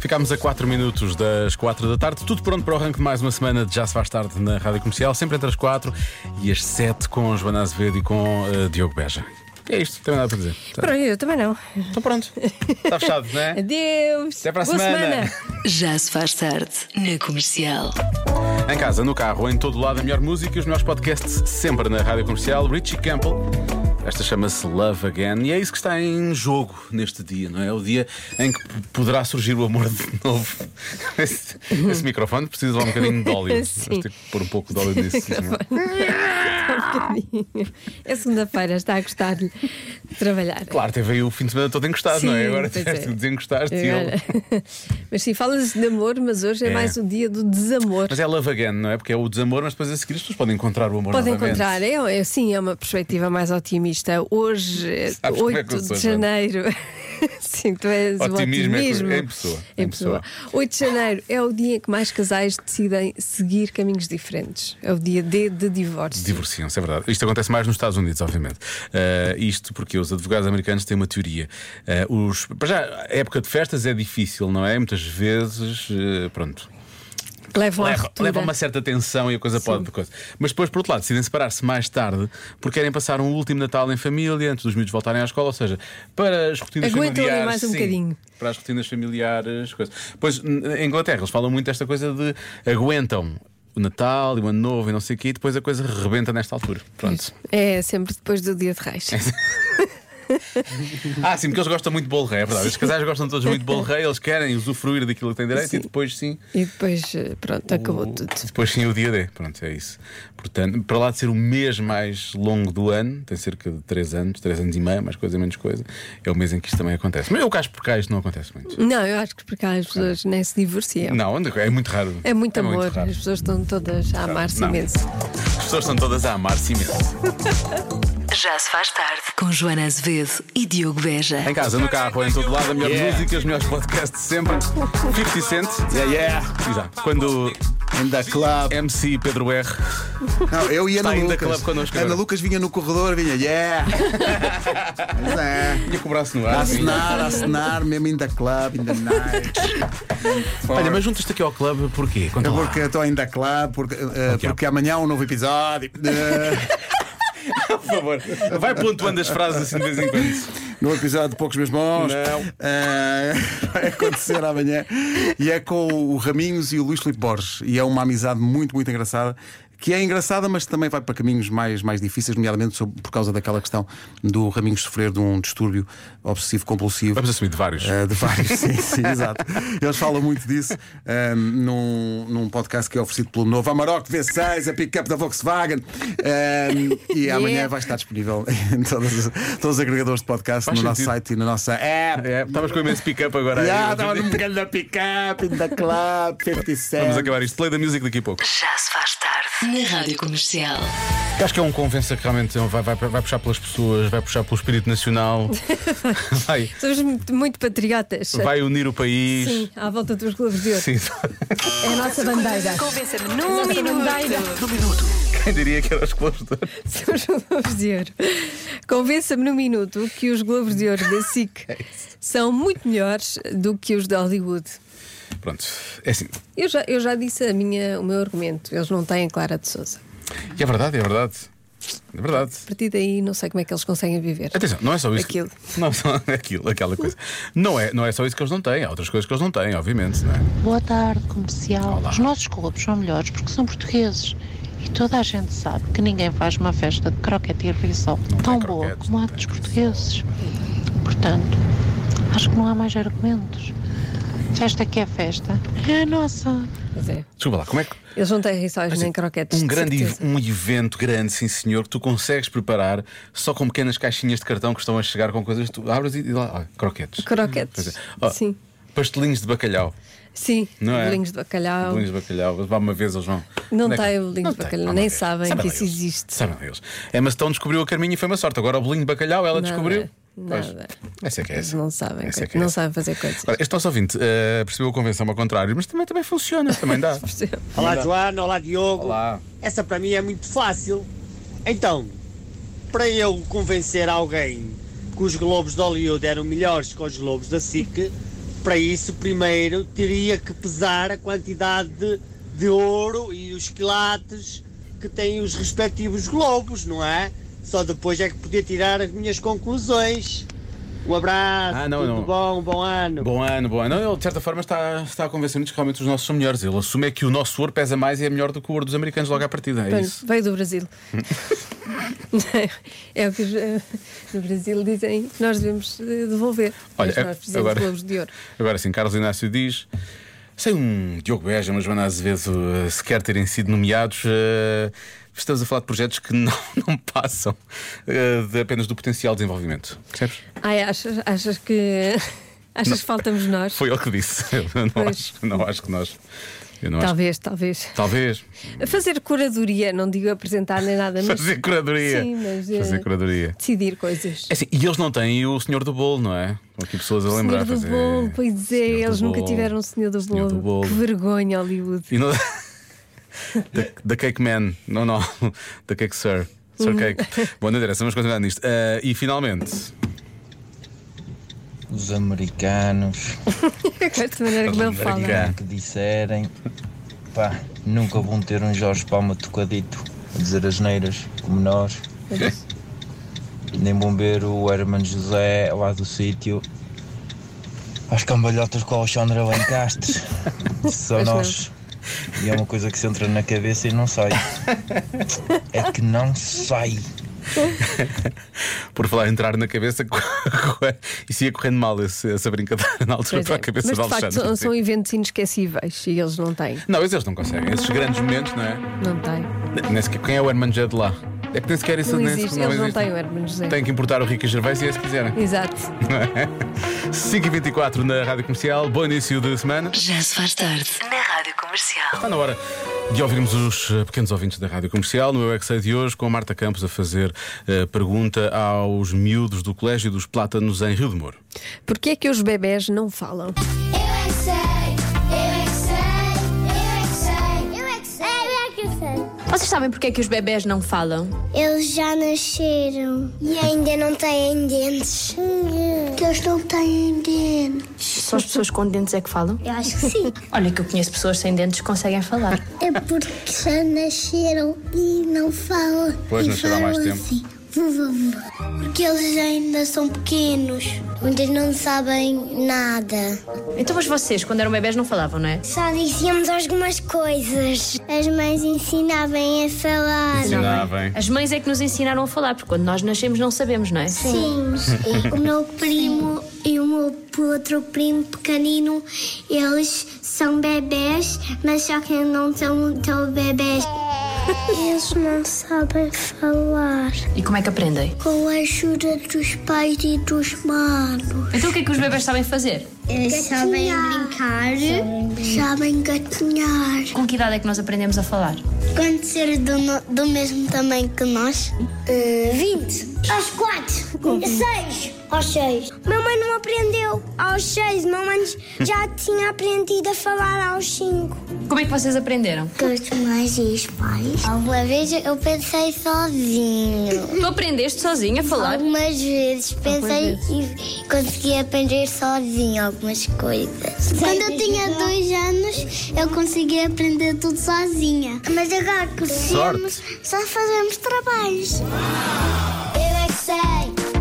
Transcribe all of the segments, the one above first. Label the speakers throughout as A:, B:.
A: Ficámos a 4 minutos das 4 da tarde, tudo pronto para o arranque de mais uma semana de Já Se Faz Tarde na Rádio Comercial, sempre entre as 4 e as 7 com Joana Azevedo e com eh, Diogo Beja. É isto, não tem nada para dizer.
B: Pronto, eu também não.
A: Estou Então pronto. Está fechado, não é?
B: Adeus.
A: Até para a
B: Boa
A: semana.
C: Já se faz tarde na comercial.
A: Em casa, no carro, em todo lado, a melhor música e os melhores podcasts sempre na Rádio Comercial. Richie Campbell. Esta chama-se Love Again e é isso que está em jogo neste dia, não é? O dia em que p- poderá surgir o amor de novo. Esse, esse microfone precisa de um bocadinho de óleo.
B: Sim.
A: Vamos ter que pôr um pouco de óleo nisso. não é?
B: É segunda-feira, está a gostar-lhe de trabalhar.
A: Claro, teve aí o fim de semana todo encostado, não é?
B: Sim,
A: Agora
B: pois
A: tiveste
B: é.
A: que desencostaste e eu.
B: Agora- Mas sim, falas de amor, mas hoje é,
A: É.
B: mais o dia do desamor.
A: Mas é Love Again, não é? Porque é o desamor, mas depois a seguir as pessoas podem encontrar o amor
B: Podem
A: novamente.
B: encontrar, é, é- sim, é uma perspectiva mais otimista. Hoje, eh,
A: Sabes como é
B: 8
A: que eu sou,
B: de
A: Joana?
B: janeiro. sim, tu és o
A: Otimismo é coisa-
B: otimismo.
A: é em pessoa,
B: Em
A: em pessoa.
B: pessoa. 8 de janeiro é o dia em que mais casais decidem seguir caminhos diferentes. É o dia D de divórcio.
A: Divorciam-se, é verdade. Isto acontece mais nos Estados Unidos, obviamente. Eh, isto porque os advogados americanos têm uma teoria. Eh, os, para já, a época de festas é difícil, não é? Muitas vezes, eh, pronto,
B: Levam à
A: leva,
B: ruptura.
A: leva uma certa tensão e a coisa pode. Coisa. Mas depois, por outro lado, decidem separar-se mais tarde porque querem passar um último Natal em família antes dos miúdos voltarem à escola. Ou seja, para as rotinas
B: Aguentam ali
A: familiares.
B: mais um
A: sim,
B: bocadinho.
A: Para as rotinas familiares, coisas. Pois, n- em Inglaterra, eles falam muito desta coisa de aguentam. O Natal e o Ano Novo e não sei o quê, e depois a coisa rebenta nesta altura. Pronto.
B: É sempre depois do dia de reis.
A: Ah, sim, porque eles gostam muito de bolo rei, é verdade. Os casais gostam todos muito de bolo rei, eles querem usufruir daquilo que têm direito e depois sim.
B: E depois, eh, pronto, acabou
A: Uh.
B: tudo.
A: Depois sim o dia D. Pronto, é isso. Portanto, para lá de ser o mês mais longo do ano, tem cerca de 3 anos, 3 anos e meio, mais coisa, menos coisa, é o mês em que isto também acontece. Mas eu cá por cá isto não acontece muito.
B: Não, eu acho que por cá as pessoas nem se divorciam.
A: Não, anda- é muito raro.
B: É muito amor,
A: raro.
B: as pessoas estão todas a amar-se
A: Não.
B: imenso.
A: As pessoas estão todas a amar-se imenso.
C: Já se faz tarde com Joana Azevedo e Diogo Beja.
A: Em casa, no carro, em todo lado, a melhor música, os melhores podcasts de sempre. 50 Cent.
D: Yeah, yeah.
A: Exato. Quando
D: In the club.
A: MC Pedro R.
D: Não, eu e Ana
A: in the
D: Lucas.
A: club connosco
D: Ana
A: agora.
D: Lucas vinha no corredor, vinha, yeah. Mas é.
A: Tinha com o braço no
D: A
A: ar. sim.
D: assinar, a assinar, mesmo in the club, in the night.
A: Olha, mas juntas-te aqui ao clube porquê? Conta
D: É
A: lá.
D: porque estou ainda club, porque, eh,
A: Ok.
D: porque amanhã há um novo episódio. Eh,
A: Por favor, vai pontuando as frases assim de vez em quando.
D: novo episódio de Poucos Meus Mãos.
A: Não.
D: Eh, vai acontecer amanhã. E é com o Raminhos e o Luís Filipe Borges. E é uma amizade muito, muito engraçada. Que é engraçada, mas também vai para caminhos mais, mais difíceis, nomeadamente sobre- por causa daquela questão do Raminhos sofrer de um distúrbio obsessivo-compulsivo.
A: Vamos assumir de vários.
D: Eh, de vários, sim, sim, exato. Eles falam muito disso ehm, num, num podcast que é oferecido pelo novo Amarok V6, a pick-up da Volkswagen. Ehm, e
B: Yeah.
D: amanhã vai estar disponível em todos, os- todos os agregadores de podcast,
A: Faz
D: no nosso
A: sentido.
D: site e na nossa app.
A: É, Estavas com imenso pick-up agora. aí.
D: Yeah, estava num grande pick-up, in the club, 57.
A: Vamos acabar isto. Play da music daqui a pouco.
C: Já se faz tarde na Rádio Comercial.
A: Acho que é um convença que realmente vai, vai, vai puxar pelas pessoas, vai puxar pelo espírito nacional, vai,
B: Somos muito, muito patriotas.
A: vai unir o país.
B: Sim, à volta dos Globos de Ouro.
A: Sim.
B: É a nossa bandeira. É
C: Convença-me
B: A
C: num
B: nossa bandeira.
A: Quem diria que era os colaboradores?
B: São os Globos de Ouro. Convença-me num minuto que os Globos de Ouro da SIC
A: É
B: são muito melhores do que os de Hollywood.
A: Pronto, é assim.
B: Eu já, eu já disse a minha, o meu argumento. Eles não têm Clara de Souza.
A: E é verdade, é verdade. É verdade.
B: A partir daí, não sei como é que eles conseguem viver.
A: Atenção, não é só isso.
B: Aquilo.
A: Não, é só aquilo, aquela coisa. Não é, não é só isso que eles não têm, há outras coisas que eles não têm, obviamente, não é?
E: Boa tarde, comercial.
A: Olá.
E: Os nossos clubes são melhores porque são portugueses. E toda a gente sabe que ninguém faz uma festa de croquete e revisão tão
A: tem
E: boa
A: croquetes,
E: como
A: não
E: a
A: tem
E: dos portugueses. Portanto, acho que não há mais argumentos. Festa que é festa é a nossa.
B: Mas é.
A: Desculpa lá, como é que.
B: Eles não têm rissóis nem croquetes.
A: Um
B: de
A: grande ev-
B: certeza.
A: um evento grande, sim senhor, que tu consegues preparar só com pequenas caixinhas de cartão que estão a chegar com coisas, tu abres e, e lá, ah, croquetes. Pois é.
B: Croquetes.
A: Ó,
B: Sim.
A: Pastelinhos de bacalhau.
B: Sim,
A: Não é?
B: bolinhos de bacalhau.
A: Bolinhos de bacalhau. Vá uma vez eles vão.
B: Não
A: Onde é que-
B: tem o bolinho
A: Não
B: de
A: tem,
B: bacalhau,
A: vá uma
B: nem
A: vez.
B: sabem que
A: lá
B: isso
A: eles.
B: existe.
A: Sabem lá eles. Emma Stone É, então descobriu a Carminha e foi uma sorte. Agora o bolinho de bacalhau ela
B: Nada,
A: descobriu. Pois,
B: nada.
A: Essa é que é
B: Eles
A: essa.
B: não sabem,
A: Essa é que é
B: não
A: essa.
B: sabem fazer coisas.
A: Agora, este nosso ouvinte eh, percebeu a convenção ao contrário, mas também, também funciona, também dá.
F: Olá Joana, olá Diogo.
A: Olá.
F: Essa para mim é muito fácil. Então, para eu convencer alguém que os Globos de Hollywood eram melhores que os Globos da SIC, para isso, primeiro teria que pesar a quantidade de, de ouro e os quilates que têm os respectivos globos, não é? Só depois é que podia tirar as minhas conclusões. Um abraço,
A: Ah, não,
F: tudo
A: não.
F: bom, bom ano.
A: Bom ano, bom ano. Ele, de certa forma, está, está a convencer-nos que realmente os nossos são melhores. Ele assume é que o nosso ouro pesa mais e é melhor do que o ouro dos americanos logo à partida. É
B: Pronto,
A: isso.
B: veio do Brasil. é o que os, eh, no Brasil dizem que nós devemos eh, devolver.
A: Olha, é,
B: Mas nós fizemos
A: agora-
B: globos de ouro.
A: Agora sim, Carlos Inácio diz. Sem um Diogo Beja, uma Joana Azevedo eh, sequer terem sido nomeados, eh, estamos a falar de projetos que não, não passam eh, de apenas do potencial de desenvolvimento. Percebes?
B: Ai, achas, achas que. Achas que faltamos nós?
A: Foi ele que disse. Eu não,
B: Pois.
A: acho, não acho que nós. Eu não acho.
B: Talvez, talvez.
A: Talvez.
B: Fazer curadoria, não digo apresentar nem nada, mas
A: Fazer curadoria.
B: Sim, mas, eh,
A: Fazer curadoria.
B: decidir coisas.
A: É assim, e eles não têm o senhor do bolo, não é? Estão aqui pessoas a lembrar.
B: senhor do
A: fazer-
B: bolo, pois é,
A: Senhor do
B: eles nunca
A: Bolo.
B: tiveram o senhor do
A: Senhor
B: bolo.
A: do Bolo.
B: Que vergonha, Hollywood.
A: E não- da, da Cake Man, não, não, da Cake Sir.
B: Hum.
A: Sir Cake. Bom, não interessa, vamos continuar nisto. Ah, e finalmente,
G: Os americanos é
B: Eu gosto da É maneira como ele
A: Americano.
B: fala.
G: que disserem pá, nunca vão ter um Jorge Palma tocadito a dizer as neiras como nós. Nem vão ver o Herman José lá do sítio. As cambalhotas com a Alexandra Lancaster. Só
B: Pois não.
G: nós. E é uma coisa que se entra na cabeça e não sai. É que não sai.
A: por falar em entrar na cabeça, isso ia correndo mal esse- essa brincadeira na altura
B: Pois
A: para
B: é.
A: a cabeça
B: Mas
A: de
B: de facto
A: Alexandre.
B: são, são eventos inesquecíveis e eles não têm.
A: Não, mas eles não conseguem. Esses grandes momentos, não é?
B: Não têm.
A: Nem sequer, quem é o Herman Jed lá? É que nem sequer isso
B: Não
A: nem
B: existe,
A: não
B: eles não
A: existe.
B: têm o Herman José.
A: Tem que importar o Rica Gervais e é se quiserem.
B: Exato.
A: 5h24 na Rádio Comercial, bom início de semana.
C: Já se faz tarde na Rádio Comercial.
A: Está na hora de ouvirmos os eh, pequenos ouvintes da Rádio Comercial no Eu é Que Sei de hoje, com a Marta Campos a fazer eh, pergunta aos miúdos do Colégio dos Plátanos em Rio de Moro.
B: Porquê é que os bebés não falam?
H: Eu é que sei, eu é que sei, eu é que sei, eu é que sei, eu é que sei, eu é
I: Vocês sabem porque é que os bebés não falam?
H: que sei. Eles já nasceram e ainda não têm dentes. Que eles não têm dentes.
I: Só as pessoas com dentes é que falam?
H: Eu acho que sim.
I: Olha que eu conheço pessoas sem dentes que conseguem falar.
H: é porque já nasceram e não falam.
A: Pois,
H: E
A: nasceram há mais
H: falam
A: tempo.
H: assim, "Vu, vu, vu". Porque eles ainda são pequenos. Ainda não sabem nada.
I: Então, mas vocês, quando eram bebés, não falavam, não é?
H: Só dizíamos algumas coisas. As mães ensinavam a falar.
A: Ensinavem.
I: As mães é que nos ensinaram a falar, porque quando nós nascemos não sabemos, não é?
H: Sim. O meu primo e o meu outro primo pequenino, eles são bebés, mas só que não são tão bebés. Eles não sabem falar
I: E como é que aprendem?
H: com a ajuda dos pais e dos manos.
I: Então, o que é que os bebés sabem fazer?
H: Eles sabem brincar, sabem gatinhar.
I: Com que idade é que nós aprendemos a falar?
H: Quando ser do, no- do mesmo tamanho que nós? eh, 20. Aos 4. 6. Aos 6. Mamãe não aprendeu aos 6. Mamãe já tinha aprendido a falar aos 5.
I: Como é que vocês aprenderam?
H: Com os mães e os pais. Alguma vez eu pensei sozinho.
I: Tu aprendeste sozinha a falar?
H: Algumas vezes pensei e consegui aprender sozinho algumas coisas. Quando eu tinha dois anos, eu consegui aprender tudo sozinha. Mas agora crescemos, só fazemos trabalhos. Eu é que sei,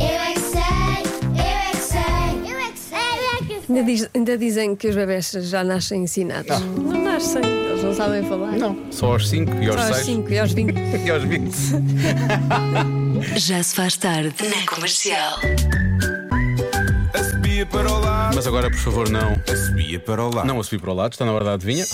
H: eu é que sei, eu é que sei, eu é que sei, eu é que sei.
B: Ainda, diz- ainda dizem que os bebés já nascem ensinados. Não, nascem, eles não sabem falar.
A: Ah. Não, só aos 5 e aos
B: Só aos
A: 6
B: 5 e aos 20.
A: e aos 20.
C: Já se faz tarde na Comercial.
J: Subia para o lado,
A: Mas agora, por favor, não,
J: subia para o lado.
A: não a subir para o lado, está na hora da adivinha.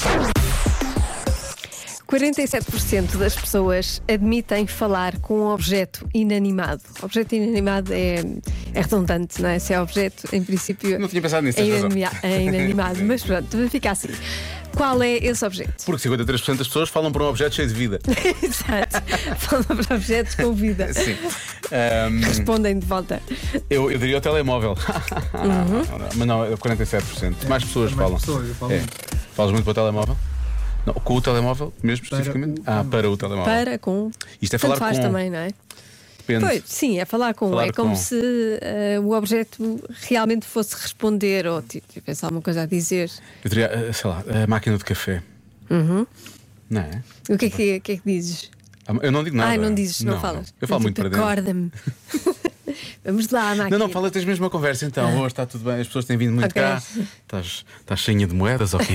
B: 47% das pessoas admitem falar com um objeto inanimado. Objeto inanimado é, é redundante, não é? Se é objeto, em princípio.
A: Não tinha pensado nisso,
B: é,
A: tens razão.
B: inanimia- é inanimado, mas pronto, vai ficar assim. Qual é esse objeto?
A: Porque 53% das pessoas falam para um objeto cheio de vida.
B: Exato. Falam para objetos com vida.
A: Sim. Ahm,
B: Respondem de volta.
A: eu, eu diria o telemóvel.
B: Uhum.
A: Mas não, é 47%. Mais pessoas falam.
K: pessoas, eu falo
A: É.
K: muito.
A: Falas muito para o telemóvel? Não, com o telemóvel, mesmo especificamente?
K: o
A: ah, para o telemóvel.
B: Para com.
A: Isto é
B: Tanto
A: falar
B: faz
A: com.
B: também, não é?
A: depende.
B: Pois, sim, é falar com.
A: Falar
B: é como
A: com.
B: se eh, o objeto realmente fosse responder ou tipo, tivesse alguma coisa a dizer.
A: Eu teria, eh, sei lá, a máquina de café.
B: Uhum.
A: Não é?
B: O que é que, o que, é que dizes?
A: Eu não digo nada.
B: Ai, não dizes, não, falas.
A: Eu falo muito
B: Tipo,
A: para dentro.
B: Acorda-me. Vamos lá, máquina.
A: Não, não, fala, tens mesmo a conversa então. Hoje está tudo bem, as pessoas têm vindo muito
B: Ah. Ok.
A: cá. Estás, estás cheinha de moedas, ok?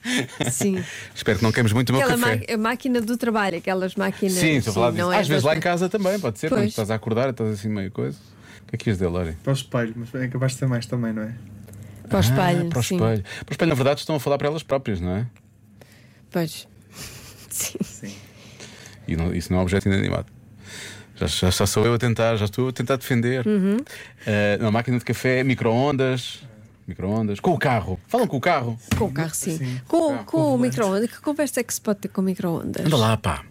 B: Sim.
A: Espero que não quemes muito o meu
B: Aquela
A: café.
B: ma- a máquina do trabalho, aquelas máquinas.
A: Sim, estou a falar disso.
B: não é
A: Às vezes lá em
B: das-
A: casa também, pode ser, quando
B: Pois.
A: estás a acordar, estás assim meio coisa. O que é que és dele, Lori?
K: Para o espelho, mas é capaz de ser mais também, não é?
B: Para o espelho.
A: Ah, É, para o
B: sim.
A: espelho. Para o espelho, na verdade, estão a falar para elas próprias, não é?
B: Pois. Sim.
A: E não- isso não é um objeto inanimado. Já, já, já sou eu a tentar, já estou a tentar defender.
B: Uhum.
A: Eh, na máquina de café, micro-ondas. Micro-ondas. Com o carro. Falam com o carro.
B: Com o carro, sim. Com, com o micro-ondas. Que conversa é que se pode ter com o micro-ondas?
A: Anda lá, pá.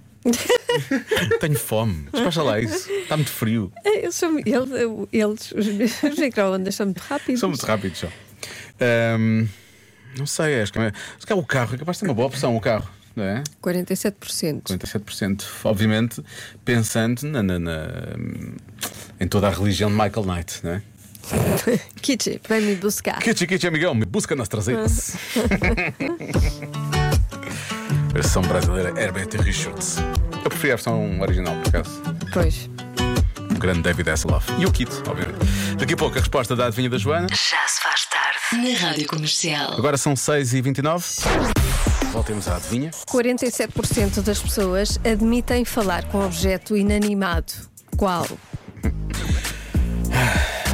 A: Tenho fome. Despacha lá isso. Está muito frio.
B: É, Eles, são, ele- eles, os, os micro-ondas são muito rápidos.
A: São muito rápidos só. Ahm, não sei, acho que é. Se calhar o carro é capaz de ter uma boa opção, o carro, não é?
B: 47%.
A: 47%. Obviamente, pensando na, na- na- em toda a religião de Michael Knight, não é?
B: Kitty, vem me buscar.
A: Kitchi, kitchi, amigão, me busca nas traseiras. versão brasileira um Herbert Richards. Eu prefiro a versão original, por acaso.
B: Pois.
A: O grande David Hasselhoff. E o Kit, obviamente. Daqui a pouco a resposta da adivinha da Joana.
C: Já se faz tarde na Rádio Comercial.
A: Agora são 6h29. Voltemos à adivinha.
B: 47% das pessoas admitem falar com objeto inanimado. Qual?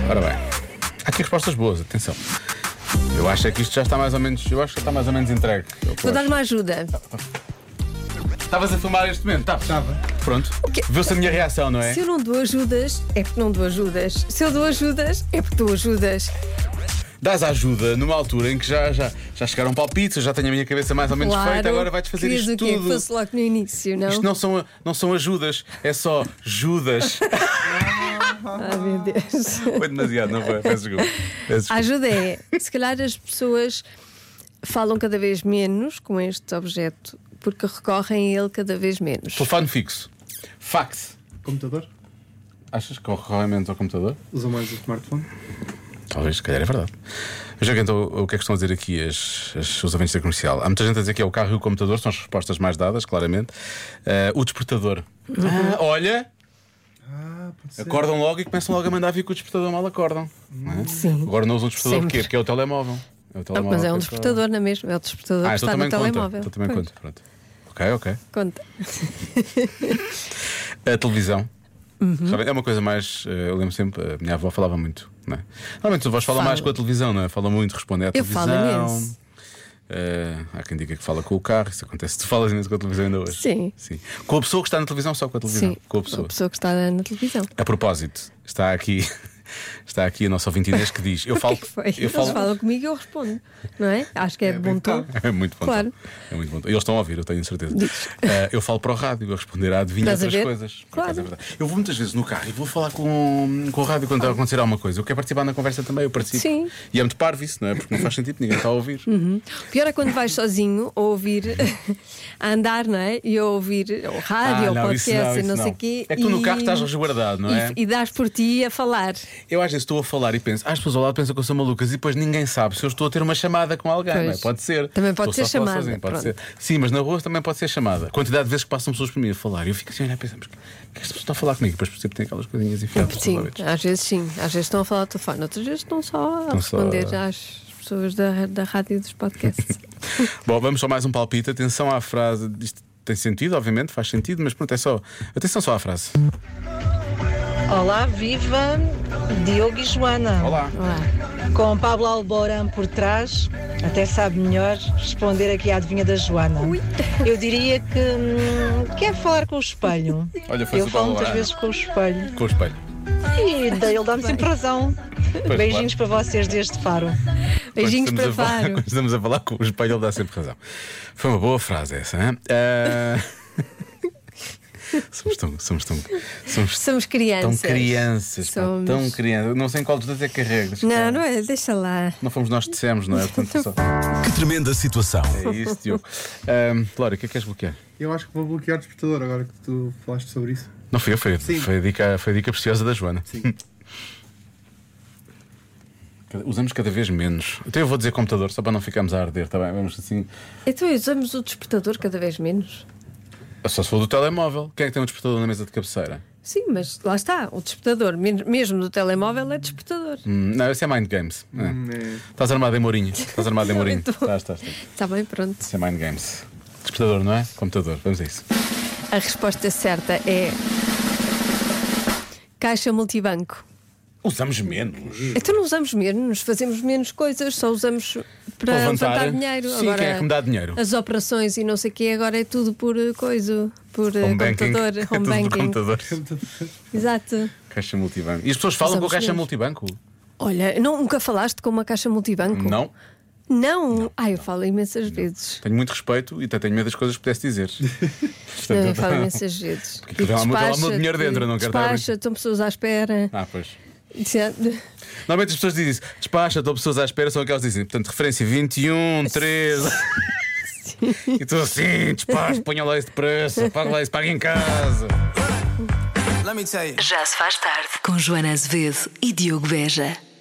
A: Ora bem, há aqui respostas boas, atenção. Eu acho é que isto já está mais ou menos. Eu acho que está mais ou menos entregue. É o que eu acho.
B: Vou dar uma ajuda.
A: Estavas a filmar este momento? Estava. Pronto. Viu-se a minha reação, não é?
B: Se eu não dou ajudas, é porque não dou ajudas. Se eu dou ajudas, é porque dou ajudas.
A: Dás ajuda numa altura em que já, já, já chegaram palpites, eu já tenho a minha cabeça mais ou menos feita, agora vais fazer
B: querias
A: isto
B: o quê? Que
A: tudo.
B: fosse logo no início, não?
A: Isto não são, a- não são ajudas, é só Judas.
B: Ah, meu Deus.
A: foi demasiado, não foi? Peço desculpa. Peço
B: A
A: desculpa.
B: ajuda é, se calhar as pessoas falam cada vez menos com este objeto porque recorrem a ele cada vez menos.
A: Telefone fixo. Fax.
K: Computador?
A: Achas que corre menos ao computador?
K: Usam mais o smartphone?
A: Talvez, se calhar é verdade. Mas ok, então o que é que estão a dizer aqui as, as- os ouvintes da comercial? Há muita gente a dizer que é o carro e o computador, são as respostas mais dadas, claramente. Eh, o despertador. Ah, olha!
K: Ah,
A: acordam logo e começam logo a mandar vir que o despertador mal acordam. não
K: Hum.
A: é? Agora não usam o despertador
B: Sempre.
A: porquê? Porque é o telemóvel. É o
B: Ah,
A: telemóvel
B: mas é um
A: que só-
B: despertador, não é mesmo? É o despertador
A: Ah,
B: que
A: então
B: está
A: também
B: no
A: conta.
B: telemóvel.
A: Então também
B: Pois,
A: conta. Pronto. Ok, ok.
B: conta.
A: A televisão. Sabe, É uma coisa mais. eh, Eu lembro sempre, a minha avó falava muito. Não é? Normalmente os avós falam
B: Fala.
A: mais com a televisão, não é? Falam muito, respondem à
B: Eu falo
A: televisão.
B: imenso.
A: Eh, há quem diga que fala com o carro, isso acontece. Tu falas imenso com a televisão ainda hoje.
B: Sim.
A: Com a pessoa que está na televisão, só com a televisão.
B: Sim,
A: Com a pessoa.
B: que está na televisão.
A: A propósito, está aqui. Está aqui a nossa ouvinte Inês que diz: Eu
B: O
A: falo.
B: que é que foi?
A: Eu
B: Eles
A: falo.
B: falam comigo e eu respondo, não é? Acho que é, de bom tom.
A: É muito bom.
B: Claro.
A: É muito bom. Eles estão a ouvir, eu tenho certeza. Eh, eu falo para o rádio, a responder à adivinha
B: Estás a
A: outras
B: ver?
A: coisas. Por
B: Claro.
A: acaso é verdade. Eu vou muitas vezes no carro e vou falar com, com o rádio quando está a acontecer alguma coisa. Eu quero participar na conversa também, eu participo.
B: Sim.
A: E é muito parvo isso, não é? Porque não faz sentido, ninguém está a ouvir.
B: Pior é quando vais sozinho a ouvir, a andar, não é? E a ouvir o rádio,
A: Ah,
B: ou
A: não, isso
B: podcast, e
A: isso
B: não sei o quê.
A: É que tu no
B: e-
A: carro estás resguardado, não
B: e-
A: é?
B: E, dás por ti a falar.
A: Eu às vezes estou a falar e penso, ah, as pessoas ao lado pensam que eu sou malucas e depois ninguém sabe se eu estou a ter uma chamada com alguém.
B: Pois.
A: não é? Pode ser.
B: Também pode
A: Estou
B: ser
A: só a falar
B: chamada,
A: sozinho, pode
B: pronto.
A: ser. Sim, mas na rua também pode ser chamada. Quantidade de vezes que passam pessoas por mim a falar. e Eu fico assim a olhar e pensar, mas que que esta pessoa está a falar comigo? Depois percebo que tem aquelas coisinhas enfiadas.
B: Sim,
A: pelos lados.
B: às vezes sim. Às vezes estão a falar ao telefone, outras vezes estão só a
A: só-
B: responder às pessoas da, da rádio e dos podcasts.
A: Bom, vamos só mais um palpite. Atenção à frase. Isto tem sentido, obviamente, faz sentido, mas pronto, é só. Atenção só à frase.
L: Olá, viva Diogo e Joana.
A: Olá.
L: Com Pablo Alborán por trás, até sabe melhor responder aqui à adivinha da Joana. Eu diria que hum, quer falar com o espelho.
A: Olha, foi
L: Eu
A: o
L: falo
A: Paulo
L: muitas
A: Arana.
L: vezes com o espelho.
A: Com o espelho.
L: E daí ele dá-me sempre razão.
A: claro.
L: Beijinhos para vocês desde Faro.
B: Beijinhos
A: Quando
B: para
A: estamos a falar-
B: Faro.
A: Quando estamos a falar com o espelho, ele dá sempre razão. Foi uma boa frase essa, hein? Ah, somos tão. Somos tão. Somos
B: Somos
A: tão
B: crianças.
A: crianças. pá,
B: Somos-
A: Tão crianças. Não sei em qual dos dois é que carregas.
B: Não, não é? Deixa lá.
A: Não fomos nós que dissemos, não é? Portanto, só...
J: Que tremenda situação.
A: É isso, Diogo. Ah, Lória, o que é que queres bloquear?
K: Eu acho que vou bloquear o despertador agora que tu falaste sobre isso.
A: Não fui eu, foi, foi, a dica, foi a dica preciosa da Joana. Cada- Usamos cada vez menos. Até eu vou dizer computador, só para não ficarmos a arder, está bem? Vamos assim.
B: Então usamos o despertador cada vez menos.
A: Só se for do telemóvel. Quem é que tem um despertador na mesa de cabeceira?
B: Sim, mas lá está, o despertador, men- mesmo do telemóvel, é despertador.
A: Hum, não, esse é Mind Games. É.
K: Hum,
A: Estás armado em Mourinho. Estás armado em Mourinho. Estás, estás, estás.
B: Está Tá bem, pronto.
A: Isso é Mind Games. Despertador, não é? Computador. Vamos a isso.
B: A resposta certa é. Caixa multibanco.
A: Usamos menos.
B: Então não usamos menos, fazemos menos coisas, só usamos
A: Para
B: para
A: levantar.
B: levantar, dinheiro.
A: Sim, quem é que me dá dinheiro?
B: As operações e não sei o quê, agora é tudo por eh, coisa, por eh,
A: Home banking.
B: computador,
A: É
B: home
A: tudo por
B: banking.
A: computador.
B: Exato.
A: Caixa multibanco. E as pessoas falam
B: Usamos
A: com a caixa
B: menos.
A: multibanco?
B: Olha, não- nunca falaste com uma caixa multibanco?
A: Não.
B: Não? Ai, eu falo imensas vezes.
A: Tenho muito respeito e até tenho medo das coisas que pudesse dizer.
B: Não,
A: Portanto,
B: eu falo imensas vezes.
A: Porque aquilo dá muito- dá muito dinheiro dentro, eu não quero estar a brincar.
B: Despacha, estão pessoas à espera.
A: Ah, pois.
B: Certo?
A: Normalmente as pessoas dizem isso. Despacha, estou pessoas à espera, são aquelas que dizem. Portanto, referência 21, 13. e estou assim, despacho, ponha lá esse preço, paga lá isso, paga em casa.
C: Já se faz tarde. Com Joana Azevedo e Diogo Beja.